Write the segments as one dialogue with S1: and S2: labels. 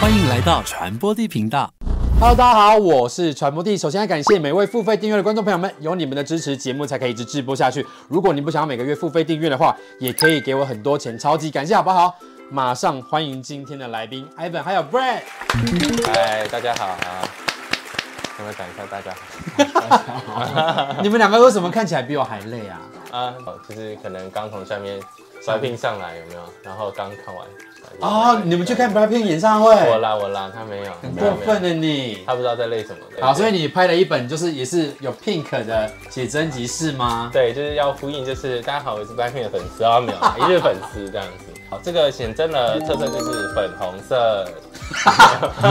S1: 欢迎来到传播地频道。
S2: Hello，大家好，我是传播帝。首先要感谢每位付费订阅的观众朋友们，有你们的支持，节目才可以一直直播下去。如果你不想要每个月付费订阅的话，也可以给我很多钱，超级感谢，好不好？马上欢迎今天的来 宾 Ivan 还有 Brad。
S3: 嗨，大家好啊！你们等一下，大家好
S2: 你们两个为什么看起来比我还累啊？
S3: 啊！好，就是可能刚从下面摔病上来，有没有？然后刚看完。 啊
S2: 哦，你们去看
S3: 吧。
S2: Brad Pitt 演唱会，
S3: 我啦我啦，他没有，
S2: 很
S3: 没有
S2: 过分，
S3: 没有
S2: 了你。
S3: 他不知道在累什么的。
S2: 好，所以你拍了一本就是也是有 Pink 的写真集是吗？
S3: 对，就是要呼应，就是大家好，我是 Blackpink 的粉丝啊，没有啦，一日粉丝这样子。好，这个显真的特征就是粉红 色，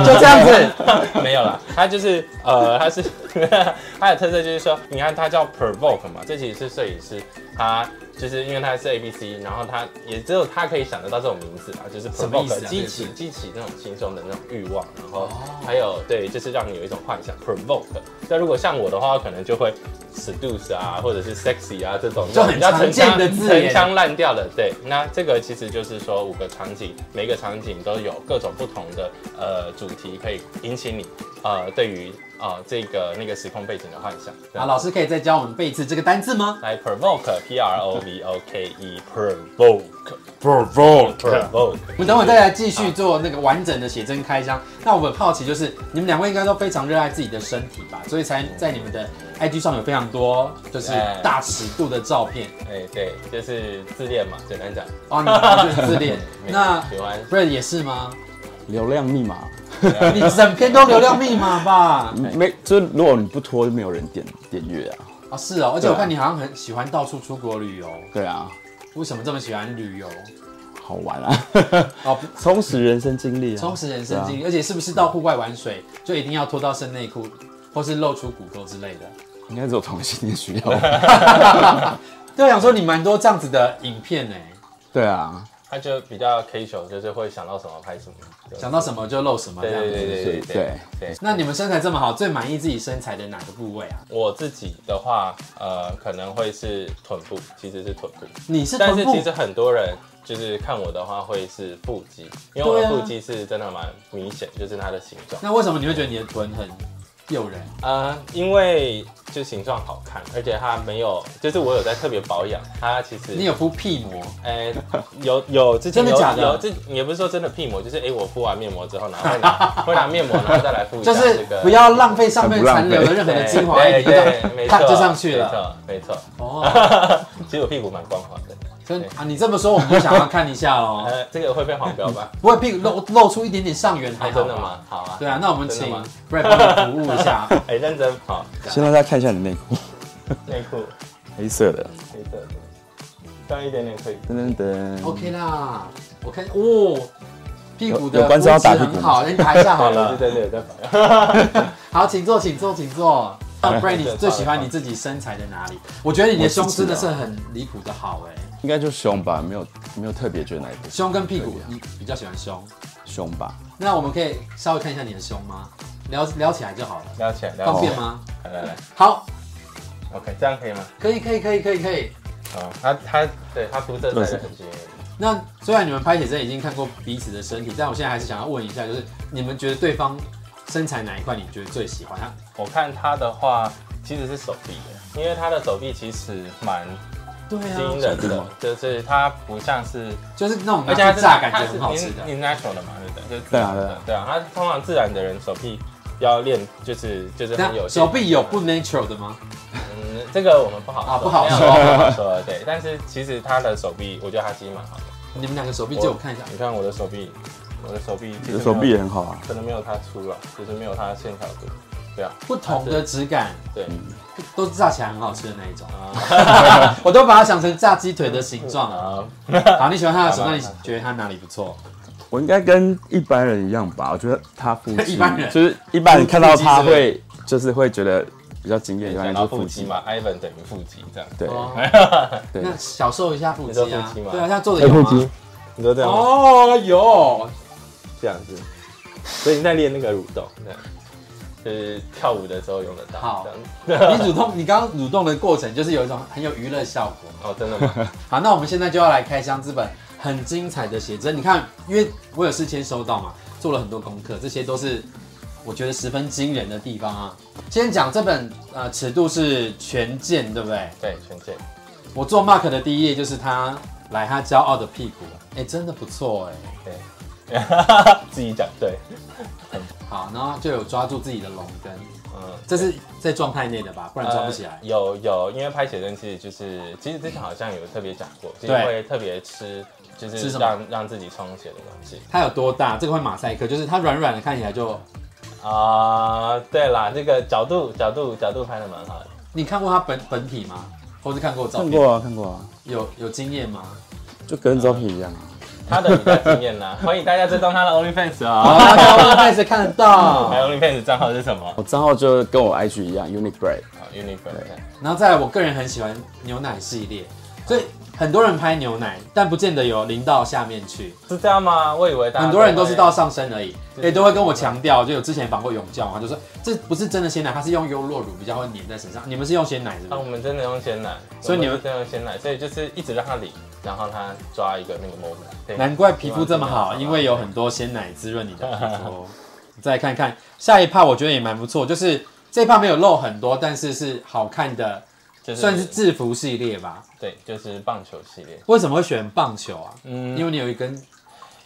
S2: 就这样子，
S3: 没有啦，它就是呃，它是 它的特色就是说，你看它叫 provoke 嘛，这其实是摄影师他。就是因为他是 A B C，然后他也只有他可以想得到这种名字吧，就是
S2: 什么意思
S3: provoke
S2: 啊
S3: 激起激起那种心中的那种欲望，然
S2: 哦
S3: 后还有对，就是让你有一种幻想 provoke。那如果像我的话，可能就会 seduce 啊，或者是 sexy 啊这种
S2: 就很
S3: 比较
S2: 常见的字眼
S3: 陈腔烂调的。对，那这个其实就是说五个场景，每个场景都有各种不同的呃主题，可以引起你呃对于呃这个那个时空背景的幻想。
S2: 好，啊老师可以再教我们背一次这个单字吗？
S3: 来 provoke p r o v o k e provoke
S1: Provoke，
S3: provoke。
S2: 我们等会再来继续做那个完整的写真开箱。那我很好奇，就是你们两位应该都非常热爱自己的身体吧，所以才在你们的 IG 上有非常多就是
S3: 哎
S2: 大尺度的照片。
S3: 哎，对，就是自恋嘛，简单讲。。
S2: 哦，你们就是自恋
S3: 没
S2: 那
S3: 喜欢
S2: Brad 也是吗？
S4: 流量密码，
S2: 你整篇都流量密码吧？
S4: 没就是如果你不拖就没有人点点阅啊。
S2: 啊，是哦，而且我看你好像很喜欢到处出国旅游，
S4: 对啊，
S2: 为什么这么喜欢旅游？
S4: 好玩啊，
S2: 哦，不
S4: 充实人生经历啊，
S2: 充实人生经历，而且是不是到户外玩水就一定要脱到剩内裤，或是露出骨沟之类的？
S4: 对啊应该只有同性恋需要。
S2: 对，我想说你蛮多这样子的影片呢、欸
S4: 对啊，
S3: 他就比较 casual，就是会想到什么拍什么。
S2: 想到什么就露什么这
S3: 对
S2: 样
S3: 对
S2: 子。
S3: 对对对
S4: 对
S3: 对对。
S2: 那你们身材这么好，最满意自己身材的哪个部位啊？
S3: 我自己的话，呃，可能会是臀部，其实是臀部，
S2: 你是
S3: 但
S2: 臀
S3: 是
S2: 部
S3: 其实很多人就是看我的话会是腹肌，因为我
S2: 对
S3: 的
S2: 啊
S3: 腹肌是真的蛮明显，就是它的形状。
S2: 那为什么你会觉得你的臀很诱人？
S3: 呃，因为就形状好看，而且它没有，就是我有在特别保养，它其实
S2: 你有敷屁膜？
S3: 哎、有有之前
S2: 真的
S3: 有
S2: 假的
S3: 有这也不是说真的屁膜，就是哎、我敷完面膜之后，然后会拿会拿面膜，然后再来敷一下
S2: 就
S3: 这
S2: 是
S3: 个，哎
S2: 不要浪费上面
S4: 很不浪费
S2: 残留的任何的精华，
S3: 对
S2: 一滴
S3: 对，对没
S2: 啪
S3: 错，
S2: 就上去了。
S3: 没错
S2: 哦，
S3: 没错。其实我屁股蛮光滑的，
S2: 真
S3: 对
S2: 啊，你这么说我们就想要看一下 喽。
S3: 呃，这个会被黄标吧？
S2: 不会屁股露露出一点点上缘，还
S3: 啊
S2: 好
S3: 真
S2: 吧
S3: 的？吗？好啊。
S2: 对啊，那我们
S3: 真的
S2: 请
S3: 吗
S2: Brad 帮你服务一下。
S3: 哎，认真好，
S4: 现在再看一下你内裤，
S3: 内裤
S4: 黑色的，
S3: 黑色的，这样一点点可以。
S4: 噔噔噔
S2: OK 啦，我看哦，屁股的
S4: 有有关是要打屁股吗
S2: 很好，你抬一下好 了。
S3: 对对对，对对
S2: 好，请坐，请坐，请坐。那 b r a n 你最喜欢
S3: 哎好
S2: 你自己身材的哪里？我觉得你的胸真的是很离谱的好哎、
S4: 应该就胸吧，没有没有特别觉得哪一部
S2: 胸跟屁股，你比较喜欢胸。
S4: 胸吧，
S2: 那我们可以稍微看一下你的胸吗？聊聊起来就好了，
S3: 撩起来，撩
S2: 方
S3: 起
S2: 便
S3: 来。
S2: 吗？
S3: 来来来
S2: 好，
S3: ，OK，这样可以吗？
S2: 可以，可以，可以，可以，可以。
S3: 好，他他对他肤色晒得很均匀。
S2: 那虽然你们拍写真已经看过彼此的身体，但我现在还是想要问一下，就是你们觉得对方身材哪一块你觉得最喜欢？啊
S3: 我看他的话，其实是手臂的，因为他的手臂其实蛮
S2: 对
S3: 惊
S2: 啊，
S3: 人的，就是他不像是，
S2: 就是那种拿
S3: 而且他
S2: 去
S3: 是
S2: 炸感觉很好吃的
S3: 你。你 natural 的嘛，对不对？就是
S4: 对啊
S3: 自然
S4: 对
S3: 的
S4: 啊，
S3: 对啊，他通常自然的人手臂要练，就是就是很有
S2: 那
S3: 限
S2: 手臂有不 natural 的吗？
S3: 嗯，这个我们不好
S2: 啊不好
S3: 没有
S2: 说
S3: 不好说，对。但是其实他的手臂，我觉得他其实蛮好的。
S2: 你们两个手臂借我看一下。
S3: 你看我的手臂，我的手臂，
S4: 你的手臂也很好啊。
S3: 可能没有他粗了，就是没有他线条多，对啊，
S2: 不同的质感，
S3: 对。
S4: 嗯
S2: 都炸起来很好吃的那一种。
S3: 啊
S2: 我都把它想成炸鸡腿的形状了。
S3: 啊，
S2: 好，你喜欢它的什么？
S3: 好吧
S2: 那你觉得它哪里不错？
S4: 我应该跟一般人一样吧，我觉得他腹肌，
S2: 一般人
S4: 就是一般人看到他
S2: 腹肌是不是
S4: 会就是会觉得比较惊艳，一
S3: 想
S4: 般人
S3: 到
S4: 就是
S3: 腹
S4: 腹
S3: 肌
S4: 肌，
S3: 嘛，Ivan 等于腹肌这样。
S4: 对
S2: 哦，
S4: 对，
S2: 那小瘦一下腹肌
S3: 你说
S2: 啊
S3: 腹肌？吗
S2: 对啊，像做的有吗？
S3: 你都这样吗？
S2: 哦，有。
S3: 这样子，所以你在练那个蠕动，对，就是跳舞的时候用得到。
S2: 好
S3: 这样
S2: 你主动，你刚刚蠕动的过程就是有一种很有娱乐效果。
S3: 哦，真的 吗？
S2: 好，那我们现在就要来开箱这本很精彩的写真。你看，因为我有事先收到嘛，做了很多功课，这些都是我觉得十分惊人的地方啊。先讲这本呃尺度是全件，对不对？
S3: 对，全健。
S2: 我做 Mark 的第一页就是他来他骄傲的屁股，哎、真的不错哎、
S3: 对， 自己讲对，
S2: 好，然后就有抓住自己的龙根，
S3: 嗯，
S2: 这是在状态内的吧？不然抓不起来
S3: 呃。有有，因为拍写真其实就是，其实之前好像有特别讲过，就是
S2: 对
S3: 会特别吃，就
S2: 吃
S3: 是
S2: 什么
S3: 让让自己充血的东西
S2: 它有多大？这个会马赛克，就是它软软的，看起来就……
S3: 啊、对啦，这个角度角度角度拍的蛮好的，
S2: 你看过它本本体吗？或是看过照
S4: 看
S2: 片？
S4: 过啊，看过啊，
S2: 有有经验吗？
S4: 就跟照片一样啊。
S3: 他的比较惊艳啦，欢迎大家追踪他的 OnlyFans
S2: 好，
S3: 啊、
S2: 大家慢慢开始看得到
S3: 还。有 OnlyFans 账号是什么？
S4: 我哦账号就跟我 IG 一样，Unibrand。
S3: 啊 u n i q l
S2: 然后再来，我个人很喜欢牛奶系列，所以很多人拍牛奶，但不见得有淋到下面去，
S3: 是这样吗？我以为大家
S2: 很多人都
S3: 会
S2: 是到上身而已，
S3: 对
S2: 也都会跟我强调，就有之前访过泳教嘛，他就说这不是真的鲜奶，它是用优酪乳比较会粘在身上，你们是用鲜奶是不
S3: 啊，我
S2: 是？
S3: 们真的用鲜奶，
S2: 所以你
S3: 我
S2: 们
S3: 是真的用鲜奶，所以就是一直让它理，然后它抓一个那个 moment 对。
S2: 难怪皮肤这么好，因为有很多鲜奶滋润你的皮 肤。再看看下一趴，我觉得也蛮不错，就是这一趴没有露很多，但是是好看的，
S3: 就是
S2: 算是制服系列吧。
S3: 对，就是棒球系列。
S2: 为什么会选棒球啊？
S3: 嗯
S2: 因为你有一根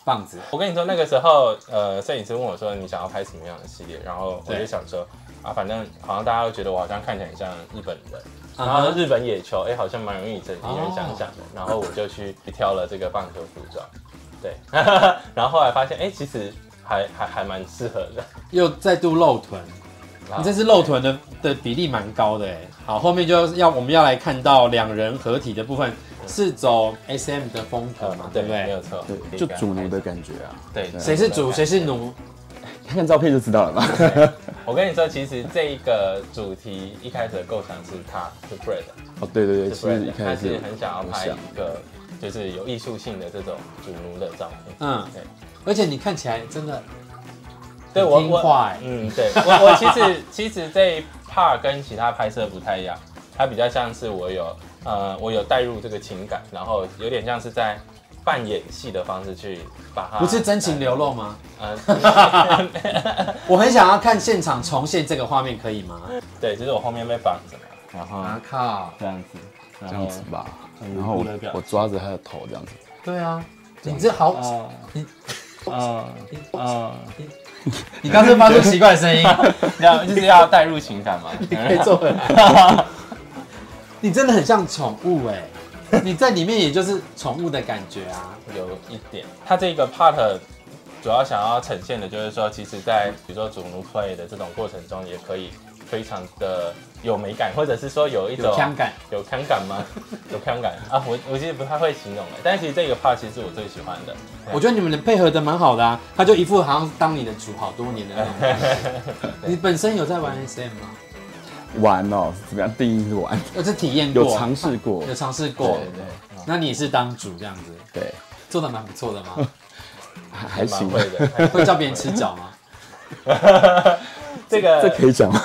S2: 棒子，
S3: 我跟你说，那个时候，呃，摄影师问我说你想要拍什么样的系列，然后我就
S2: 对
S3: 想说啊，反正好像大家都觉得我好像看起来很像日本人，
S2: 啊
S3: 然
S2: 哈
S3: 后日本野球，哎、好像蛮容易整
S2: 哦
S3: 因为想想的，然后我就去挑了这个棒球服装，对， 然后后来发现，哎、其实还还还蛮适合的。
S2: 又再度露臀，
S3: 然
S2: 你
S3: 后
S2: 这次露臀的的比例蛮高的哎。好，后面就要我们要来看到两人合体的部分，是走 S M 的风格
S3: 呃
S2: 嘛，对
S3: 对
S2: 不
S3: 没
S2: 对？
S3: 有错，
S4: 对，就主奴的感觉啊。
S3: 对，
S2: 谁是主，谁是奴？
S4: 看看照片就知道了 嘛。
S3: 我跟你说，其实这一个主题一开始的构想是他，是 Brad，
S4: 哦，对对对，
S3: 是
S4: 其实一
S3: Brad，他
S4: 开始
S3: 是很想要拍
S4: 有想
S3: 一个就是有艺术性的这种主奴的照片。
S2: 嗯，
S3: 对
S2: 而且你看起来真的
S3: 对我
S2: 听
S3: 我
S2: 话欸
S3: 嗯，对我我其实其实这一 part 跟其他拍摄不太一样，它比较像是我有呃我有带入这个情感，然后有点像是在扮演戏的方式去把它
S2: 不是真情流露吗？
S3: 呃，
S2: 我很想要看现场重现这个画面，可以吗？
S3: 对，就是我后面被绑着嘛，然后
S2: 啊靠！
S3: 这样子这
S4: 这样子 吧。
S3: 嗯
S4: 然后
S3: 无聊
S4: 我
S3: 表
S4: 我抓着他的头这样子，
S2: 对啊，你这好，
S3: 啊
S2: 你
S3: 啊啊！
S2: 你刚才发出奇怪的声音，
S3: 要就是要带入情感嘛，
S2: 你可以做回来。你真的很像宠物哎、你在里面也就是宠物的感觉啊。
S3: 有一点，他这个 part 主要想要呈现的就是说，其实在比如说主奴 play 的这种过程中，也可以非常的有美感，或者是说有一种
S2: 有腔感，
S3: 有腔 感吗？有腔感啊，我我其实不太会形容的，但其实这个 part 其实是我最喜欢的。
S2: 我觉得你们的配合的蛮好的啊，他就一副好像当你的主好多年的 那种感觉。你本身有在玩 SM 吗？
S4: 玩哦，怎么样定义是 玩？
S2: 有是体验过，
S4: 有尝试过
S2: 有，尝试
S3: 对
S2: 过。哦那你也是当主这样子，
S4: 对，
S2: 做的蛮不错的 嘛。
S3: 对，
S4: 还还
S3: 蛮
S4: 行。
S3: 会的，还
S2: 会叫别人吃脚吗？
S3: 这个
S4: 这可以 讲吗？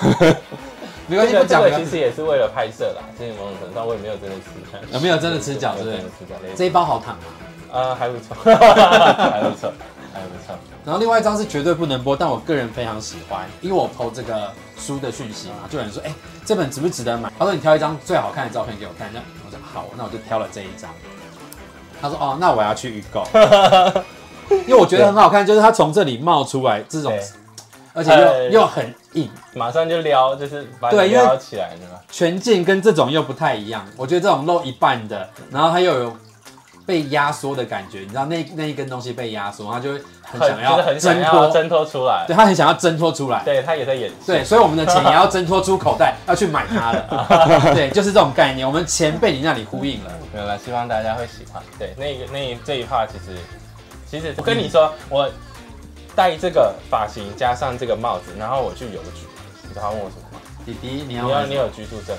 S2: 没关系，
S3: 这
S2: 不
S3: 个这
S2: 讲没
S3: 个
S2: 关系
S3: 其实也是为了拍摄啦，就是某种程度上我也没有真的吃下去，
S2: 有啊没有真的吃饺子
S3: 没有真的吃饺子
S2: 这一包好躺啊。
S3: 呃还不错， 还不错，还不错。
S2: 然后另外一张是绝对不能播，但我个人非常喜欢，因为我 PO 这个书的讯息嘛，就有人说，哎、这本值不值得买？他说你挑一张最好看的照片给我看，那我说好，那我就挑了这一张。他说哦，那我要去预购， 因为我觉得很好看，就是它从这里冒出来这种
S3: 对，
S2: 而且
S3: 呃
S2: 又又很硬，
S3: 马上就撩，就是把
S2: 对
S3: 你
S2: 因为
S3: 撩起来的嘛。
S2: 全件跟这种又不太一样。我觉得这种露一半的，然后它又有被压缩的感觉，你知道那那一根东西被压缩，它就会很想
S3: 就
S2: 要
S3: 是很想
S2: 挣
S3: 要
S2: 脱，
S3: 挣脱出来。
S2: 对，他很想要挣脱出来。
S3: 对，他也在演戏。
S2: 对，所以我们的钱也要挣脱出口袋， 要去买它了。对，就是这种概念。我们钱被你那里呼应了。
S3: 没有啦，希望大家会喜欢。对，那个那一这一 part 其实，其
S2: 嗯
S3: 实我跟你说，我戴这个发型加上这个帽子，然后我去邮局，你知道他问我什么吗？
S2: 弟弟，你
S3: 你要
S2: 要
S3: 你有居住证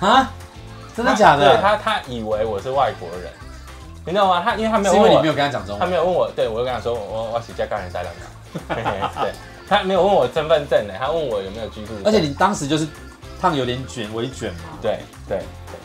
S3: 吗？
S2: 啊？真的
S3: 他
S2: 假
S3: 对
S2: 的？
S3: 他他以为我是外国人，你知道吗？他因为他没
S2: 是
S3: 有
S2: 因为
S3: 问
S2: 你
S3: 我
S2: 没有跟他讲中
S3: 他
S2: 文。
S3: 没有问我，对我就跟他说我我我要洗加干人在两港。对，他没有问我身份证呢，他问我有没有居住证，
S2: 而且你当时就是烫有点卷，微卷嘛，
S3: 对对，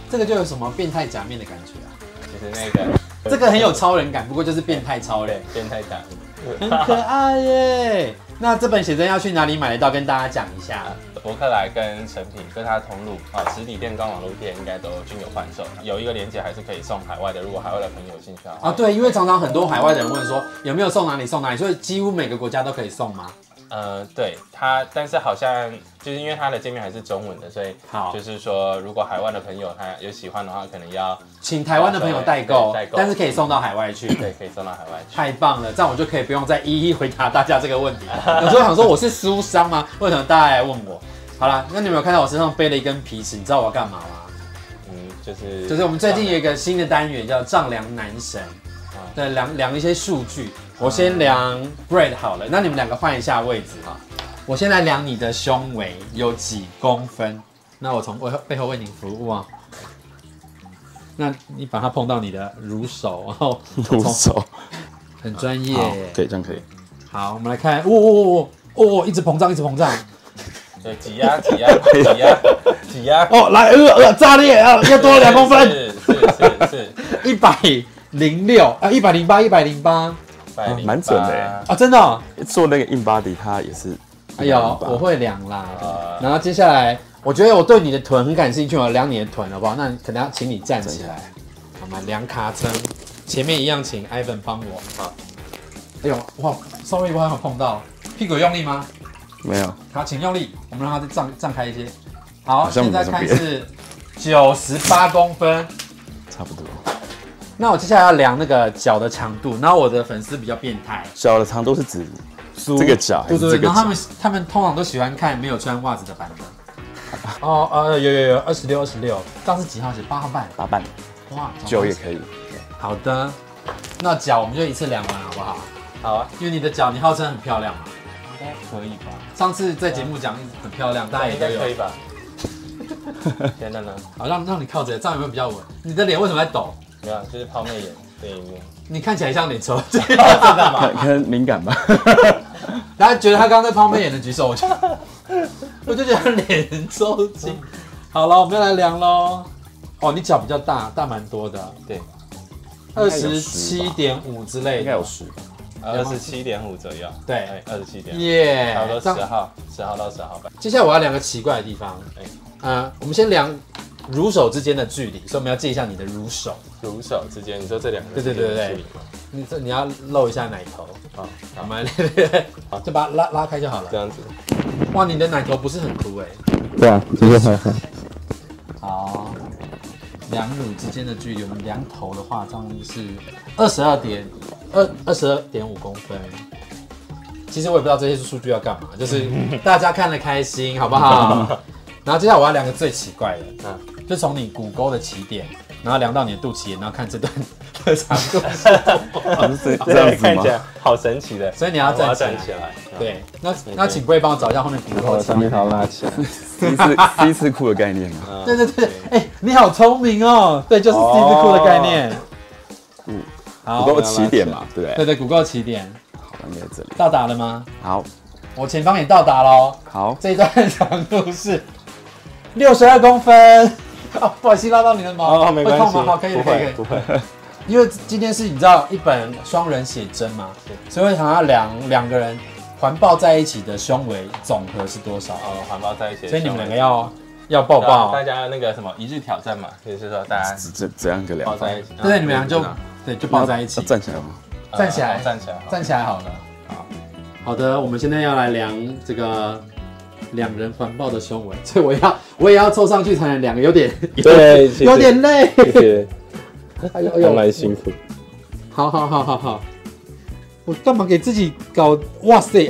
S2: 这个就有什么变态假面的感觉啊？
S3: 就是那个
S2: 这个很有超人感，不过就是变态超人
S3: 对，变态党，嗯
S2: 很可 爱耶。那这本写真要去哪里买得到？跟大家讲一下。
S3: 伯克莱跟成品跟它同路啊，实体店跟网络店应该都均有贩售，有一个链接还是可以送海外的，如果海外的朋友有兴趣的话
S2: 啊，，对，因为常常很多海外的人问说有没有送哪里送哪里，所以几乎每个国家都可以送吗？
S3: 呃，对它，但是好像就是因为它的界面还是中文的，所以
S2: 好
S3: 就是说如果海外的朋友他有喜欢的话，可能要
S2: 请台湾的朋友代购
S3: 对代，购嗯
S2: 但是可以送到海外去。
S3: 对可以送到海外去。
S2: 太棒了，这样我就可以不用再一一回答大家这个问 题。有时候想说我是书商吗？为什么大家来问我？好啦，那你们有看到我身上背了一根皮尺，你知道我要干嘛吗？
S3: 嗯，就是
S2: 就是我们最近有一个新的单元叫丈量男神，对，量量一些数据。我先量 Brad 好了，那你们两个换一下位置哈。我先来量你的胸围有几公分，那我从我背后为您服务啊。那你把它碰到你的乳手，然后
S4: 徒手，
S2: 很专业。
S4: 好，哦可以，这样可以。
S2: 好，我们来看，哦哦哦哦哦，一直膨胀，一直膨胀，
S3: 对挤压挤压 挤压挤压，
S2: 哦，来，呃呃，炸裂啊，要多了两公分，
S3: 是是 是是，
S2: 一百零六啊，一百零八，一百零八
S3: 108
S4: 蛮准的欸
S2: 啊，哦真的哦、
S4: 做那个硬 body，它也是。
S2: 哎呦，我。会量啦。
S3: 啊
S2: 然后接下来，我觉得我对你的臀很感兴趣，我量你的臀好不好？那可能要请你站起来，我们量卡称，前面一样，请 Ivan 帮我。
S3: 好，
S2: 哎呦，哇，sorry，我还有碰到，屁股有用力吗？
S4: 没有，
S2: 好，请用力，我们让它再胀胀开一些。好，
S4: 好像
S2: 现在
S4: 没什么
S2: 看
S4: 别
S2: 是九十八公分。
S4: 差不多。
S2: 那我接下来要量那个脚的长度，然后我的粉丝比较变态，
S4: 脚的长度是指
S2: 苏
S4: 这个脚还
S2: 对
S4: 是
S2: 对
S4: 哎这
S2: 对，
S4: 个
S2: 然后他
S4: 脚？
S2: 们他们通常都喜欢看没有穿袜子的版本。哦，呃，有有有，二十六二十六，上次几号是八号半，
S4: 八瓣
S2: 哇，
S4: 九也可以。
S2: 好的，那脚我们就一次量完好不好？
S3: 好啊，
S2: 因为你的脚你号称很漂亮嘛，
S3: 应该可以吧？
S2: 上次在节目讲很漂亮，大家也
S3: 应
S2: 都
S3: 该可以
S2: 有。
S3: 吧？真的呢？
S2: 好，让让你靠着，这样有没有比较稳？你的脸为什么在抖？
S3: 没有，啊就是抛媚眼这一幕。
S2: 你看起来像脸抽筋， 知道
S4: 可
S2: 吗？
S4: 可能敏感吧。
S2: 大家觉得他刚刚在旁边也能举手，我就 我就觉得他脸抽筋。好了，我们要来量喽。哦，你脚比较大，大蛮多的，
S3: 对，
S2: 二
S4: 应该有
S2: 十
S4: 十
S2: 七
S4: 吧
S2: 点五之类的，
S4: 应该有十吧。
S3: 啊二十七点五左右。哎
S2: 对
S3: 二十七点。
S2: 耶
S3: 差不多
S2: 这
S3: 十啊
S2: 样
S3: 号，十号到十号半。
S2: 接下来我要量个奇怪的地方，
S3: 哎
S2: 呃，我们先量乳手之间的距离，所以我们要借一下你的乳手，
S3: 乳手之间，你说这两个
S2: 对对对对
S3: 距离吗
S2: 你这你要露一下奶头，
S3: 好，
S2: 好吗？ 好就把它拉拉开就好
S3: 这
S2: 了。
S3: 样子。
S2: 哇，你的奶头不是很凸哎、
S4: 对啊，就是很很。
S2: 好，两乳之间的距离，我们两头的话，这样是二十二点二二十二点五公分。其实我也不知道这些数据要干嘛，就是
S3: 嗯
S2: 大家看得开心，好不 好？然后接下来我要量个最奇怪的，
S3: 啊
S2: 就从你骨沟的起点，然后量到你的肚脐眼，然后看 这段的长度 是多少。
S4: 是这样 子
S3: 看起来
S4: 吗？
S3: 好神奇的，
S2: 所以你要
S3: 我要
S2: 站起来
S3: 站起来。嗯
S2: 对，那那请不会帮我找一下后面骨沟的起点。
S3: 条拉起来。
S4: C 字 C 字裤的概念吗？
S3: 嗯
S2: 对对对，哎、你好聪明哦！对，就是 C 字裤的概念。
S4: 嗯
S2: 好，
S4: 不过起点嘛，对不
S2: 对
S4: 对？
S2: 对，谷歌起点
S4: 好，应该在这里。
S2: 到达了吗？
S4: 好，
S2: 我前方也到达喽。
S4: 好，
S2: 这一段 长度是六十二公分。哦，不小心拉到你的毛，
S3: 哦，没关
S2: 会
S3: 系
S2: 痛，吗？好，可以，
S3: 不
S2: 可以，可
S3: 会，
S2: 以
S3: 不。会。
S2: 因为今天是你知道一本双人写真嘛，所以我想要两两个人环抱在一起的胸围总和是多少？啊
S3: 哦，环保在一起。
S2: 所以你们两个要要抱
S3: 抱
S2: 抱哦
S3: 啊大，家那个什么一日挑战嘛，就是说大家
S4: 这这怎样个
S3: 抱
S4: 量法？
S3: 在一起。
S2: 对对，你们
S3: 啊
S2: 俩就对就抱在一起
S4: 要要，站起来吗？
S3: 呃
S2: 站起来
S3: 站起来，
S2: 站起来好了。
S3: 好
S2: 好的，我们现在要来量这个两人环抱的胸围，所以我要我也要凑上去才能量，有点
S3: 对其实
S2: 有点累。
S3: 谢，
S2: 哎呦哎呦，
S3: 辛苦。
S2: 好好好好好，我干嘛给自己搞？哇塞，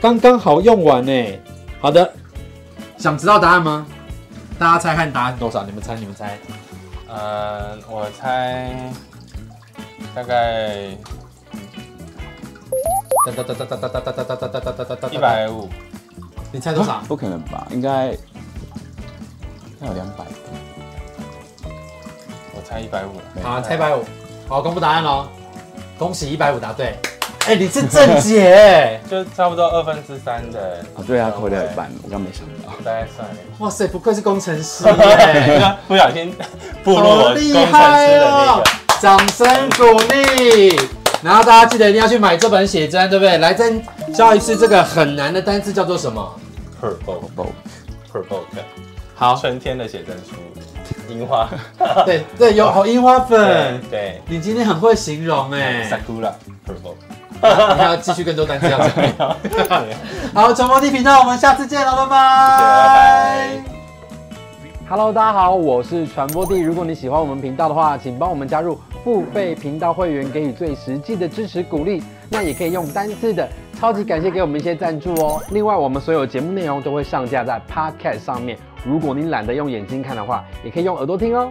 S2: 刚刚好用完呢。好的，想知道答案吗？大家猜看答案多少？你们猜，你们猜。
S3: 嗯，我猜大概
S2: 哒哒哒哒哒哒哒哒哒哒哒哒哒哒哒。
S3: 一，百五，
S2: 你猜多少？
S4: 不可能吧？应该应该有两百。
S3: 我猜一百五。
S2: 好，猜一百五。好，公布答案喽！恭喜一百五答对。哎、你是正解哎！
S3: 就差不多二分之三的。
S4: 啊对啊，扣掉 一半，我刚没想到。
S3: 大概算一下。
S2: 哇塞，不愧是工程师哎，
S3: 对，不小心步入 我
S2: 好
S3: 工程师
S2: 厉
S3: 的
S2: 害
S3: 那
S2: 哦
S3: 个。！
S2: 掌声鼓励。然后大家记得一定要去买这本写真，对不对？来再教一次这个很难的单词叫做什么？
S3: Provoke
S4: 不，
S3: Provoke
S2: 好，
S3: 春天的写真书，樱花。
S2: 对对，有好樱花粉。
S3: 对
S2: 你今天很会形容哎、
S3: ，Sakura Provoke。
S2: 你还要继续更多单词要讲。好，传播地频道，我们下次见了，拜拜。
S3: 拜
S2: Hello，大家好，我是传播地。如果你喜欢我们频道的话，请帮我们加入付费频道会员，给予最实际的支持鼓励。那也可以用单次的，超级感谢给我们一些赞助哦。另外，我们所有节目内容都会上架在 Podcast 上面，如果你懒得用眼睛看的话，也可以用耳朵听哦。